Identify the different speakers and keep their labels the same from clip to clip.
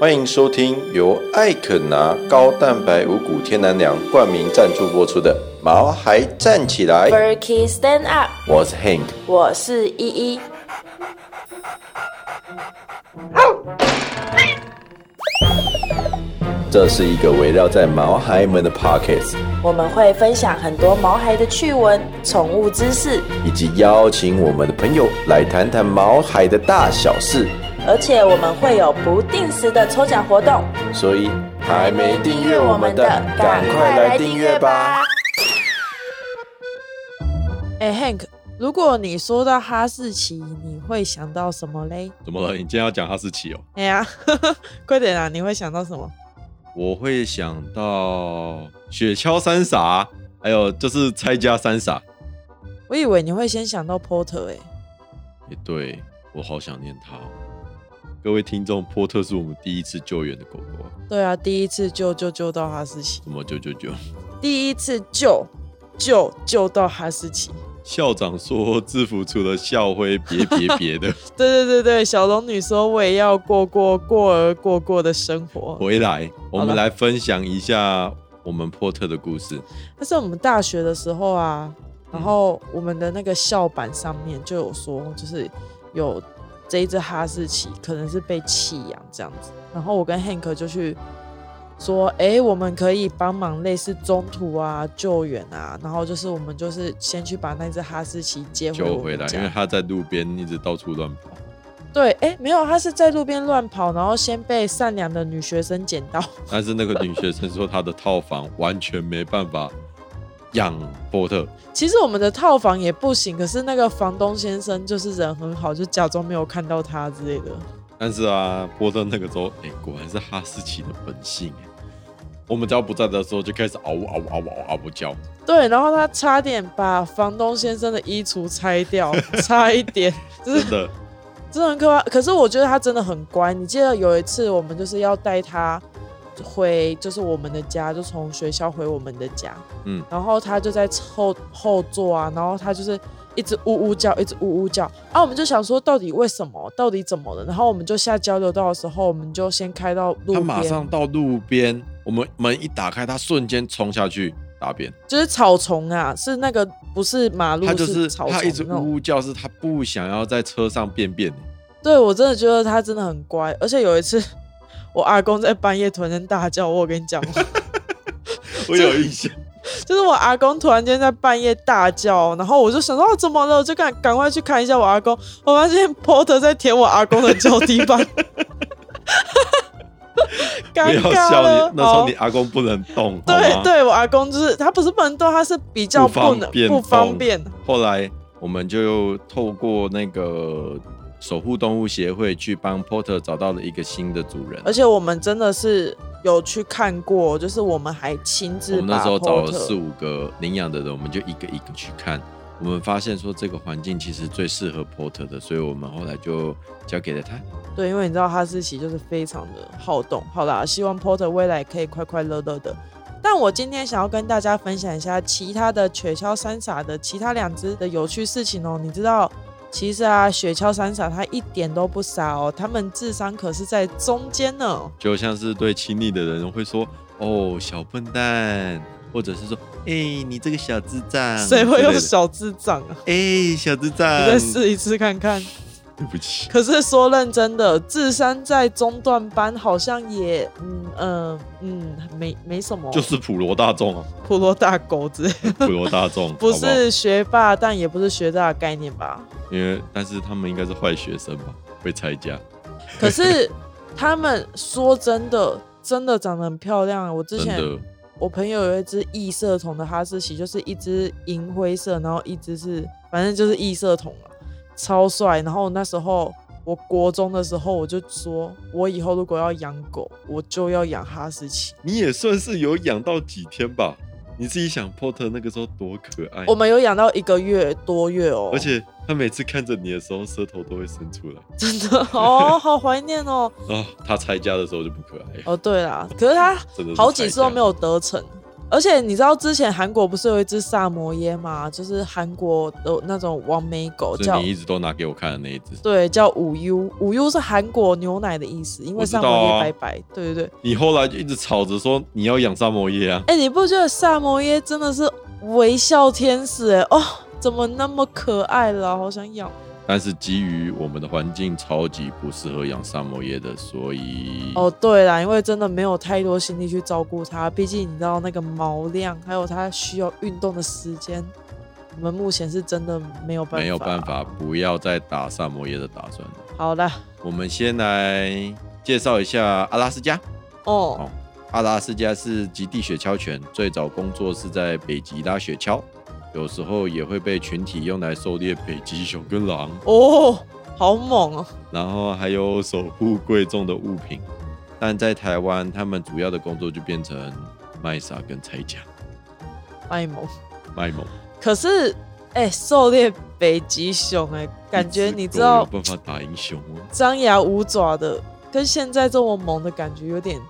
Speaker 1: 欢迎收听由艾肯拿高蛋白五谷天然粮冠名赞助播出的《毛孩站起来》，
Speaker 2: Berkey Stand Up，
Speaker 1: 我是 Hank。
Speaker 2: 我是依依。
Speaker 1: 这是一个围绕在毛孩们的 Pockets，
Speaker 2: 我们会分享很多毛孩的趣闻、宠物知识，
Speaker 1: 以及邀请我们的朋友来谈谈毛孩的大小事。
Speaker 2: 而且我们会有不定时的抽奖活动。
Speaker 1: 所以还没订阅我们的，赶快来订阅吧！！
Speaker 2: 哎、h a n k 如果你说到哈士奇，你会想到什么嘞？
Speaker 3: 怎么了？你今天要讲哈士奇哦？
Speaker 2: 哎呀， 呵呵快点啊！你会想到什么？
Speaker 3: 我会想到雪橇三傻，还有就是拆家三傻。
Speaker 2: 我以为你会先想到 Porter 哎、
Speaker 3: 也对，我好想念它哦。各位听众，波特是我们第一次救援的狗狗啊，
Speaker 2: 对啊，第一次救就救到哈士奇，
Speaker 3: 什么九九九？
Speaker 2: 第一次救救救到哈士奇。
Speaker 3: 校长说制服除了校徽，别别别的
Speaker 2: 对对对对，小龙女说我也要过过过儿过过的生活。
Speaker 3: 回来，我
Speaker 2: 好
Speaker 3: 们
Speaker 2: 的
Speaker 3: 来分享一下我们波特的故事。
Speaker 2: 但是我们大学的时候啊，然
Speaker 3: 嗯
Speaker 2: 后我们的那个校板上面就有说，就是有这一只哈士奇可能是被弃养这样子。然后我跟 Hank 就去说，哎、我们可以帮忙类似中途啊、救援啊，然后就是我们就是先去把那只哈士奇接回
Speaker 3: 救
Speaker 2: 我
Speaker 3: 回
Speaker 2: 们
Speaker 3: 来，
Speaker 2: 家
Speaker 3: 因为它在路边一直到处乱跑。
Speaker 2: 对，哎、没有，它是在路边乱跑，然后先被善良的女学生捡到。
Speaker 3: 但是那个女学生说，她的套房完全没办法养波特。
Speaker 2: 其实我们的套房也不行，可是那个房东先生就是人很好，就假装没有看到他之类的。
Speaker 3: 但是啊，波特那个时候，哎、果然是哈士奇的本性哎。我们只要不在的时候，就开始嗷呜嗷呜嗷呜嗷呜叫。
Speaker 2: 对，然后他差点把房东先生的衣橱拆掉， 差一点，就是
Speaker 3: 真的，
Speaker 2: 真的很可怕。可是我觉得他真的很乖。你记得有一次我们就是要带他回，就是我们的家，就从学校回我们的家，
Speaker 3: 嗯
Speaker 2: 然后他就在后后座啊，然后他就是一直呜呜叫，一直呜呜叫啊，我们就想说到底为什么，到底怎么了？然后我们就下交流道的时候，我们就先开到 路
Speaker 3: 他
Speaker 2: 边，
Speaker 3: 马上到路边，我们门一打开，他瞬间冲下去大便。
Speaker 2: 就是草丛啊，是那个不是马路，
Speaker 3: 他就是
Speaker 2: 草
Speaker 3: 他
Speaker 2: 丛
Speaker 3: 一直
Speaker 2: 那种
Speaker 3: 呜呜叫，是他不想要在车上便 便。
Speaker 2: 对我真的觉得他真的很乖，而且有一次我阿公在半夜突然间大叫，我有跟你讲过，
Speaker 3: 我有印象，
Speaker 2: 就是我阿公突然间在半夜大叫，然后我就想到、哦、怎么了，我就赶赶快去看一下我阿公，我发现 Porter 在舔我阿公的脚底板，
Speaker 3: 不
Speaker 2: 尴
Speaker 3: 要
Speaker 2: 尬
Speaker 3: 笑
Speaker 2: 了
Speaker 3: 你。。那时候你
Speaker 2: 好
Speaker 3: 阿公不能动，好
Speaker 2: 对
Speaker 3: 吗？
Speaker 2: 对，我阿公就是他不是不能动，他是比较
Speaker 3: 不方
Speaker 2: 能
Speaker 3: 便
Speaker 2: 不方
Speaker 3: 动
Speaker 2: 便。
Speaker 3: 后来我们就透过那个守护动物协会去帮 Porter 找到了一个新的主人。
Speaker 2: 而且我们真的是有去看过，就是我们还亲
Speaker 3: 我
Speaker 2: 自
Speaker 3: 们那
Speaker 2: 把
Speaker 3: 时候找了
Speaker 2: Porter
Speaker 3: 四五个领养的人，我们就一个一个去看。我们发现说这个环境其实最适合 Porter 的，所以我们后来就交给了他。
Speaker 2: 对，因为你知道哈士奇就是非常的好动。好啦，希望 Porter 未来可以快快乐乐的。但我今天想要跟大家分享一下其他的雪橇三傻的其他两只的有趣事情哦。你知道，其实啊，雪橇三傻它一点都不傻哦，它们智商可是在中间呢。
Speaker 3: 就像是对亲密的人会说：“哦，小笨蛋”，或者是说：“哎、你这个小智障。”
Speaker 2: 谁会用？小智障啊？
Speaker 3: 哎、小智障。
Speaker 2: 你再试一次看看。
Speaker 3: 对不起，
Speaker 2: 可是说认真的，智商在中段班好像也，嗯嗯嗯，没没什么，
Speaker 3: 就是普罗大众啊，
Speaker 2: 普罗大狗之类的
Speaker 3: 普罗大众，
Speaker 2: 不
Speaker 3: 好好
Speaker 2: 是学霸，但也不是学渣的概 念吧？
Speaker 3: 因为，但是他们应该是坏学生吧，会拆家。
Speaker 2: 可是他们说真的，真的长得很漂亮啊。我之
Speaker 3: 真
Speaker 2: 前
Speaker 3: 的，
Speaker 2: 我朋友有一只异色瞳的哈士奇，就是一只银灰色，然后一只是反正就是异色瞳啊，超帅。然后那时候我国中的时候，我就说我以后如果要养狗，我就要养哈士奇。
Speaker 3: 你也算是有养到几天吧？你自己想，Porter 那个时候多可爱，
Speaker 2: 我们有养到一个月多月哦，
Speaker 3: 哎而且他每次看着你的时候，舌头都会伸出来。
Speaker 2: 真的哦，好怀念哦。
Speaker 3: 啊、他拆家的时候就不可爱了，
Speaker 2: 哦，对啦，可是它
Speaker 3: 真的是
Speaker 2: 好几次都没
Speaker 3: 有。
Speaker 2: 有得逞。而且你知道之前韩国不是有一只萨摩耶吗？就是韩国的那种王美狗
Speaker 3: 就是
Speaker 2: 叫
Speaker 3: 你一直都拿给我看的那一只。
Speaker 2: 对叫五 U，五 U 是韩国牛奶的意思，因为
Speaker 3: 我知道
Speaker 2: 萨
Speaker 3: 啊
Speaker 2: 摩耶白白。对对对，
Speaker 3: 你后来就一直吵着说你要养萨摩耶啊，
Speaker 2: 哎、你不觉得萨摩耶真的是微笑天使、哎哦，怎么那么可爱了？好想养。
Speaker 3: 但是基于我们的环境超级不适合养萨摩耶的，所以
Speaker 2: 哦，对啦，因为真的没有太多心力去照顾它，毕竟你知道那个毛量，还有它需要运动的时间，我们目前是真的没有办法，
Speaker 3: 没有办。法，不要再打萨摩耶的打算了。
Speaker 2: 好啦，
Speaker 3: 我们先来介绍一下阿拉斯加。
Speaker 2: 哦，
Speaker 3: 好阿拉斯加是极地雪橇犬，最早工作是在北极拉雪橇，有时候也会被群体用来狩猎北极熊跟狼，
Speaker 2: 哦，好猛哦！
Speaker 3: 然后还有守护贵重的物品。但在台湾，他们主要的工作就变成卖傻跟拆家、
Speaker 2: 爱萌。
Speaker 3: 卖萌。
Speaker 2: 可是，哎、狩猎北极熊、哎，感觉
Speaker 3: 一只
Speaker 2: 你知
Speaker 3: 狗有
Speaker 2: 道
Speaker 3: 办法打赢熊哦吗？
Speaker 2: 张牙舞爪的，跟现在这么萌的感觉有点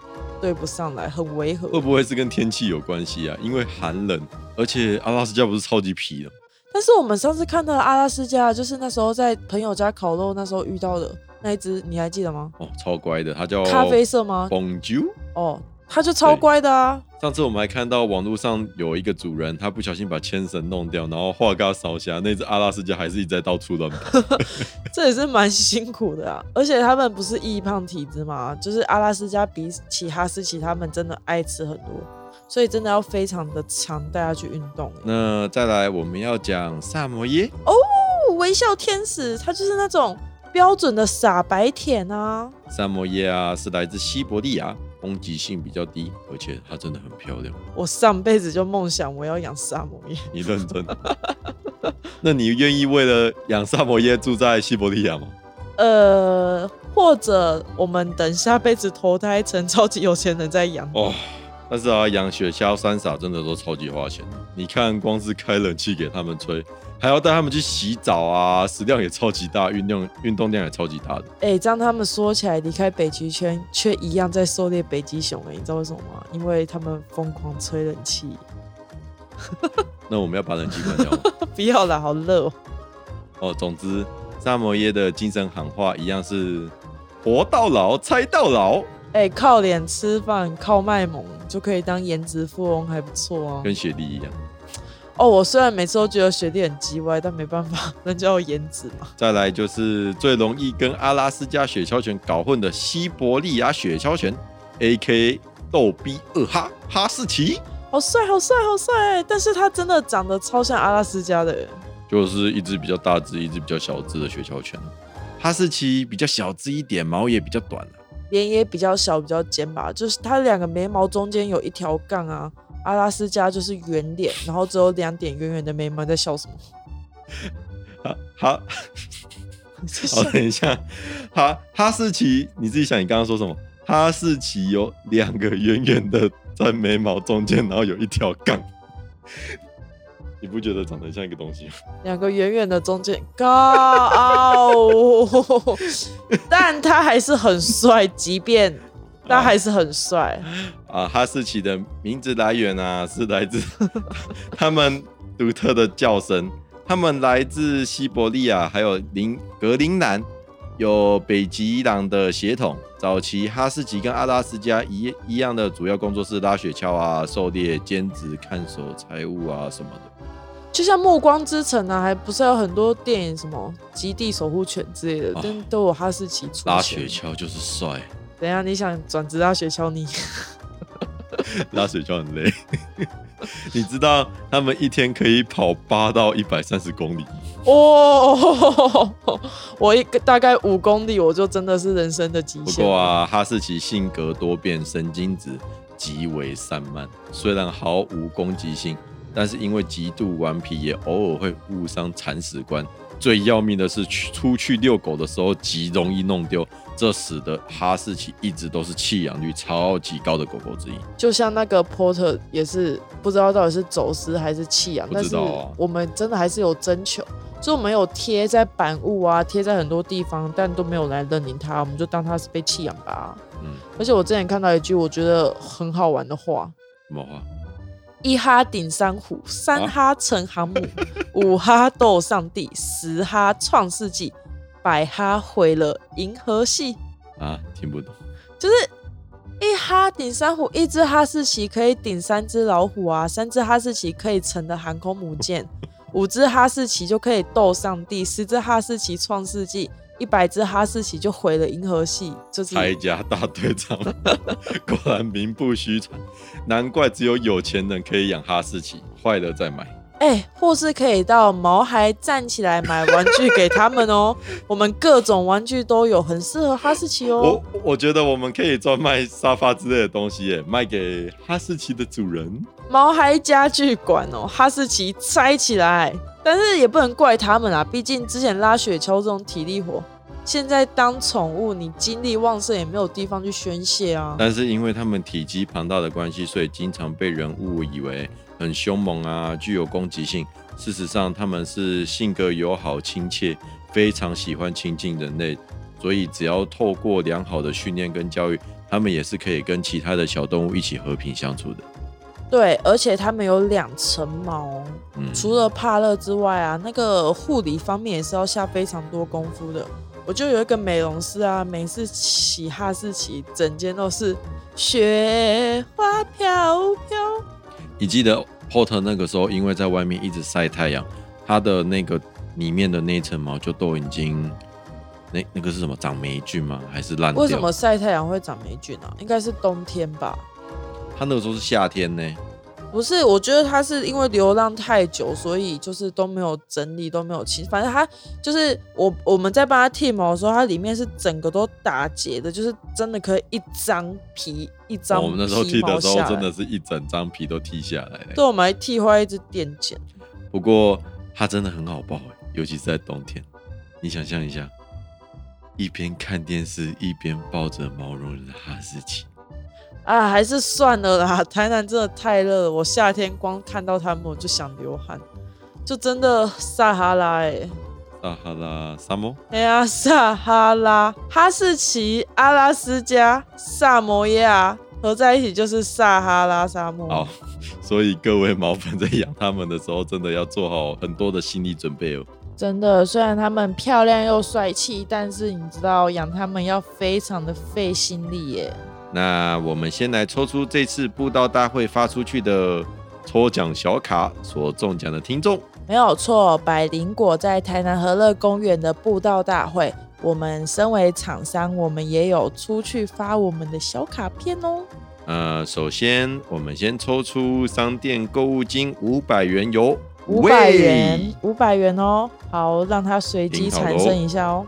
Speaker 2: 对不上来，很违和。
Speaker 3: 会不会是跟天气有关系啊？因为寒冷，而且阿拉斯加不是超级皮的，
Speaker 2: 但是我们上次看到的阿拉斯加，就是那时候在朋友家烤肉那时候遇到的那一只，你还记得吗？
Speaker 3: 哦，超乖的，它叫
Speaker 2: 咖啡色吗？
Speaker 3: Bonjour。
Speaker 2: 哦，它就超
Speaker 3: 对
Speaker 2: 乖的啊。
Speaker 3: 上次我们还看到网络上有一个主人，他不小心把牵绳弄掉，然后画嘎烧瞎，那只阿拉斯加还是一直在到处乱跑。
Speaker 2: 这也是蛮辛苦的啊， 而且他们不是易胖体质嘛，就是阿拉斯加比起哈士奇，他们真的爱吃很多，所以真的要非常的常带它去运动欸。
Speaker 3: 那再来，我们要讲萨摩耶，
Speaker 2: 哦，微笑天使，它就是那种标准的傻白甜啊。
Speaker 3: 萨摩耶啊是来自西伯利亚，攻击性比较低，而且它真的很漂亮。
Speaker 2: 我上辈子就梦想我要养萨摩耶，
Speaker 3: 你认真？那你愿意为了养萨摩耶住在西伯利亚吗？
Speaker 2: 呃，或者我们等下辈子投胎成超级有钱人再养。
Speaker 3: 哦，但是啊，养雪橇三傻真的都超级花钱的。你看，光是开冷气给他们吹，还要带他们去洗澡啊，食量也超级大，运动运动量也超级大的。
Speaker 2: 哎、这样他们说起来离开北极圈，却一样在狩猎北极熊、欸，你知道为什么吗？因为他们疯狂吹冷气。
Speaker 3: 那我们要把冷气关掉吗。
Speaker 2: 不要啦，好热、哦。
Speaker 3: 哦，总之，萨摩耶的精神喊话一样是活到老，猜到老，
Speaker 2: 哎、靠脸吃饭，靠卖萌就可以当颜值富翁，还不错啊。
Speaker 3: 跟雪莉一样。
Speaker 2: 哦，我虽然每次都觉得学弟很叽歪，但没办法， 人家有颜值嘛。
Speaker 3: 再来就是最容易跟阿拉斯加雪橇犬搞混的西伯利亚雪橇犬，A.K. 逗逼二哈哈士奇。
Speaker 2: 好帅，好帅，好帅！欸但是他真的长得超像阿拉斯加的人。
Speaker 3: 就是一只比较大只，一只比较小只的雪橇犬。哈士奇比较小只一点，毛也比较短、
Speaker 2: 脸也比较小，比较尖吧，就是它两个眉毛中间有一条杠啊。阿拉斯加就是圆脸，然后只有两点圆圆的眉毛，你在笑什么？
Speaker 3: 哈哈，
Speaker 2: 你在 笑
Speaker 3: 好，等一下，哈哈士奇，你自己想，你刚刚说什么？哈士奇有两个圆圆的在眉毛中间，然后有一条杠，你不觉得长得像一个东西吗？
Speaker 2: 两个圆圆的中间，高傲，但他还是很帅，即便他还是很帅。
Speaker 3: 啊，哈士奇的名字来源啊，是来自 他们独特的叫声。他们来自西伯利亚，还有林格陵兰，有北极狼的血统。早期哈士奇跟阿拉斯加一一样的主要工作是拉雪橇啊、狩猎、兼职看守财务啊什么的。
Speaker 2: 就像《暮光之城》啊，还不是有很多电影什么《极地守护犬》之类的，
Speaker 3: 哦
Speaker 2: 但都有哈士奇出
Speaker 3: 拉雪
Speaker 2: 现。
Speaker 3: 橇就是帅，
Speaker 2: 等一下你想转职拉雪橇，你
Speaker 3: 拉雪橇很累。 你知道他们一天可以跑八到一百三十公里，
Speaker 2: 哦，我一个大概五公里，我就真的是人生的极
Speaker 3: 不
Speaker 2: 限。
Speaker 3: 过啊，哈士奇性格多变，神经质，极为散漫。虽然毫无攻击性，但是因为极度顽皮，也偶尔会误伤铲屎官。最要命的是，去出去遛狗的时候极容易弄丢，这使得哈士奇一直都是弃养率超级高的狗狗之一。
Speaker 2: 就像那个 Porter 也是不知道到底是走私还是弃养，
Speaker 3: 不
Speaker 2: 但
Speaker 3: 知
Speaker 2: 是
Speaker 3: 道啊
Speaker 2: 我们真的还是有征求，所以我们有贴在板物啊，贴在很多地方，但都没有来认领它，我们就当它是被弃养吧。
Speaker 3: 嗯，
Speaker 2: 而且我之前看到一句我觉得很好玩的话，
Speaker 3: 什么话？
Speaker 2: 一哈顶三虎，三哈成 航母，五哈斗上帝，十哈创世纪，百哈毁了银河系。
Speaker 3: 啊，听不懂。
Speaker 2: 就是一哈顶三虎，一只哈士奇可以顶三只老虎啊，三只哈士奇可以乘的航空母舰，五只哈士奇就可以斗上帝，十只哈士奇创世纪，一百只哈士奇就毁了银河系，就是
Speaker 3: 拆家大队长， 果然名不虚传，难怪只有有钱人可以养哈士奇，坏了再买。
Speaker 2: 哎、或是可以到毛孩站起来买玩具给他们哦，我们各种玩具都有，很适合哈士奇哦
Speaker 3: 我。我觉得我们可以专卖沙发之类的东西耶，卖给哈士奇的主人。
Speaker 2: 毛孩家具馆哦，哈士奇拆起来，但是也不能怪他们啦，毕竟之前拉雪橇这种体力活，现在当宠物你精力旺盛也没有地方去宣泄啊。
Speaker 3: 但是因为他们体积庞大的关系，所以经常被人误以为很凶猛啊，具有攻击性。事实上，他们是性格友好、亲切，非常喜欢亲近人类。所以，只要透过良好的训练跟教育，他们也是可以跟其他的小动物一起和平相处的。
Speaker 2: 对，而且他们有两层毛，
Speaker 3: 嗯，
Speaker 2: 除了怕热之外啊，那个护理方面也是要下非常多功夫的。我就有一个美容师啊，每次骑哈士奇，整间都是雪花飘飘。
Speaker 3: 你记得 Porter 那个时候，因为在外面一直晒太阳，它的那个里面的那一层毛就都已经那那个是什么长霉菌吗？还是烂掉？
Speaker 2: 为什么晒太阳会长霉菌啊？应该是冬天吧？
Speaker 3: 它那个时候是夏天呢？
Speaker 2: 不是，我觉得它是因为流浪太久，所以就是都没有整理，都没有清。反正它就是我我们在帮它剃毛的时候，它里面是整个都打结的，就是真的可以一张皮一张。
Speaker 3: 哦我们那时候剃的时候，真的，是一整张皮都剃下来了。
Speaker 2: 对，我们还剃坏一只电剪。
Speaker 3: 不过它真的很好抱欸，尤其是在冬天。你想象一下，一边看电视一边抱着毛茸茸的哈士奇，
Speaker 2: 啊，还是算了啦，台南真的太热了，我夏天光看到它们我就想流汗，就真的撒哈拉哎、
Speaker 3: 撒哈拉沙漠。
Speaker 2: 哎呀，撒哈拉、哈士奇、阿拉斯加、萨摩耶啊，合在一起就是撒哈拉沙漠。
Speaker 3: 好，所以各位毛粉在养它们的时候，真的要做好很多的心理准备哦。
Speaker 2: 真的，虽然它们漂亮又帅气，但是你知道养它们要非常的费心力耶。
Speaker 3: 那我们先来抽出这次布道大会发出去的抽奖小卡所中奖的听众，
Speaker 2: 没有错，百灵果在台南和乐公园的布道大会，我们身为厂商，我们也有出去发我们的小卡片哦。
Speaker 3: 呃，首先我们先抽出商店购物金五百元由
Speaker 2: 五百
Speaker 3: 喂
Speaker 2: 元，五百元哦。好，让它随机产生一下哦。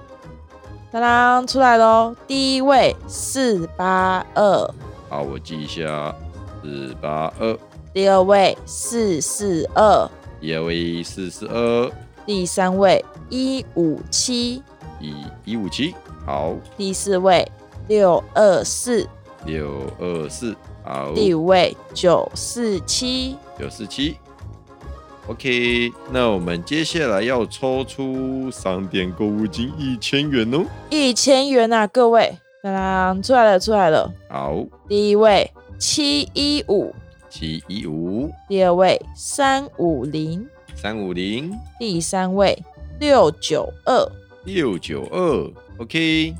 Speaker 2: 当当出来喽，第一位四八二，
Speaker 3: 好，我记一下，四八二，
Speaker 2: 第二位四四二，
Speaker 3: 一位四四二，
Speaker 2: 第三位一五七，
Speaker 3: 一一五七，好，
Speaker 2: 第四位六二四，
Speaker 3: 六二四，好，
Speaker 2: 第五位九四七。
Speaker 3: 九四七。OK，那我们接下来要抽出商店购物金一千元哦。
Speaker 2: 一千元啊，各位，当当出来了，出来了。
Speaker 3: 好，
Speaker 2: 第一位七一五，
Speaker 3: 七一五
Speaker 2: 第二位三五零，
Speaker 3: 三五零
Speaker 2: 第三位六九二，
Speaker 3: 六九二。OK，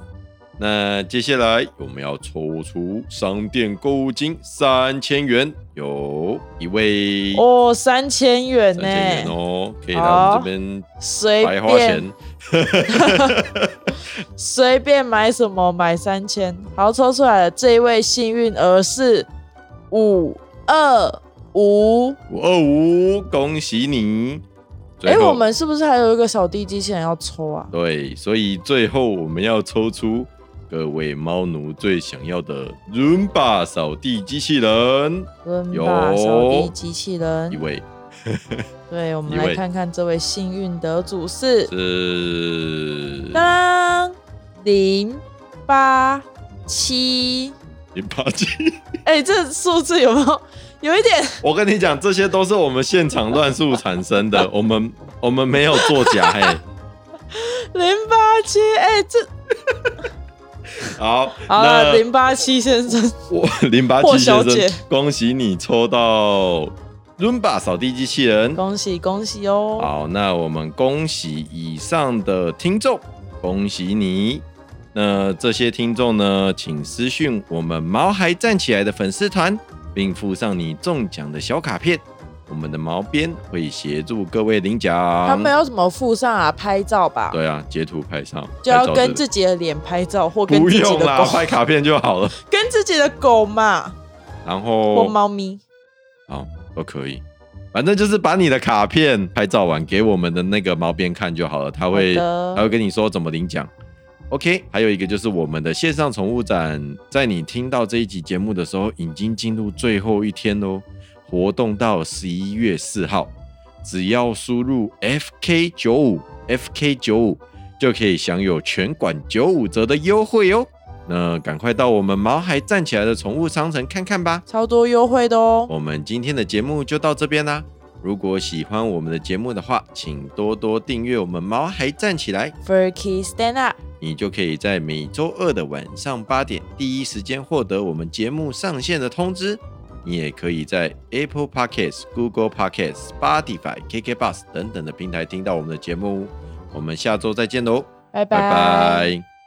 Speaker 3: 那接下来我们要抽出商店购物金三千元，有一位
Speaker 2: 哦，三千元
Speaker 3: 三
Speaker 2: 呢、
Speaker 3: 千元哦，可以来我们
Speaker 2: 好
Speaker 3: 这边
Speaker 2: 随
Speaker 3: 白花
Speaker 2: 便
Speaker 3: 钱。
Speaker 2: 随便买什么买三千，好抽出来了。这一位幸运儿是五二五，
Speaker 3: 五二五，恭喜你！
Speaker 2: 哎、
Speaker 3: 最后
Speaker 2: 我们是不是还有一个扫地机器人要抽啊？
Speaker 3: 对，所以最后我们要抽出各位猫奴最想要的 Roomba 扫地机器人，
Speaker 2: 温
Speaker 3: 有
Speaker 2: 吧扫地机器
Speaker 3: 一
Speaker 2: 人，
Speaker 3: 位
Speaker 2: 对，我们
Speaker 3: 一位
Speaker 2: 来看看这位幸运得主是
Speaker 3: 是
Speaker 2: 当零八七，
Speaker 3: 零八 七。
Speaker 2: 哎，这数字有没有有一点？
Speaker 3: 我跟你讲，这些都是我们现场乱数产生 的，我们我们没有作假嘿。
Speaker 2: 零八七，哎，这
Speaker 3: 好，
Speaker 2: 好了，
Speaker 3: 那
Speaker 2: 零八七先生，
Speaker 3: 我零八
Speaker 2: 霍
Speaker 3: 七
Speaker 2: 小
Speaker 3: 先
Speaker 2: 姐
Speaker 3: 生，恭喜你抽到 Roomba 扫地机器人。
Speaker 2: 恭喜恭喜哦！
Speaker 3: 好，那我们恭喜以上的听众，恭喜你。那这些听众呢，请私讯我们毛孩站起来的粉丝团，并附上你中奖的小卡片。我们的毛边会协助各位领奖。
Speaker 2: 他们要怎么附上啊？拍照吧，
Speaker 3: 对啊，截图拍上，
Speaker 2: 就要
Speaker 3: 拍照
Speaker 2: 跟
Speaker 3: 之
Speaker 2: 自己的脸拍照，或
Speaker 3: 类的
Speaker 2: 跟
Speaker 3: 不
Speaker 2: 自己
Speaker 3: 用
Speaker 2: 的
Speaker 3: 啦，
Speaker 2: 狗，
Speaker 3: 拍卡片就好了。
Speaker 2: 跟自己的狗嘛，
Speaker 3: 然
Speaker 2: 或
Speaker 3: 后
Speaker 2: 猫咪。
Speaker 3: 好啊都可以，反正就是把你的卡片拍照完给我们的那个毛边看就好了，他会
Speaker 2: 好的
Speaker 3: 他会跟你说怎么领奖。OK，还有一个就是我们的线上宠物展，在你听到这一集节目的时候，已经进入最后一天喽，活动到十一月四号，只要输入 FK 九五 FK 九五就可以享有全馆九五折的优惠哦。那赶快到我们毛孩站起来的宠物商城看看吧。
Speaker 2: 超多优惠的哦。
Speaker 3: 我们今天的节目就到这边啦。如果喜欢我们的节目的话，请多多订阅我们《毛孩站起来》，
Speaker 2: Furky Stand Up，
Speaker 3: 你就可以在每周二的晚上八点第一时间获得我们节目上线的通知。你也可以在 Apple Podcasts、Google Podcasts、Spotify、KK Bus 等等的平台听到我们的节目哦。我们下周再见喽，
Speaker 2: 拜
Speaker 3: 拜拜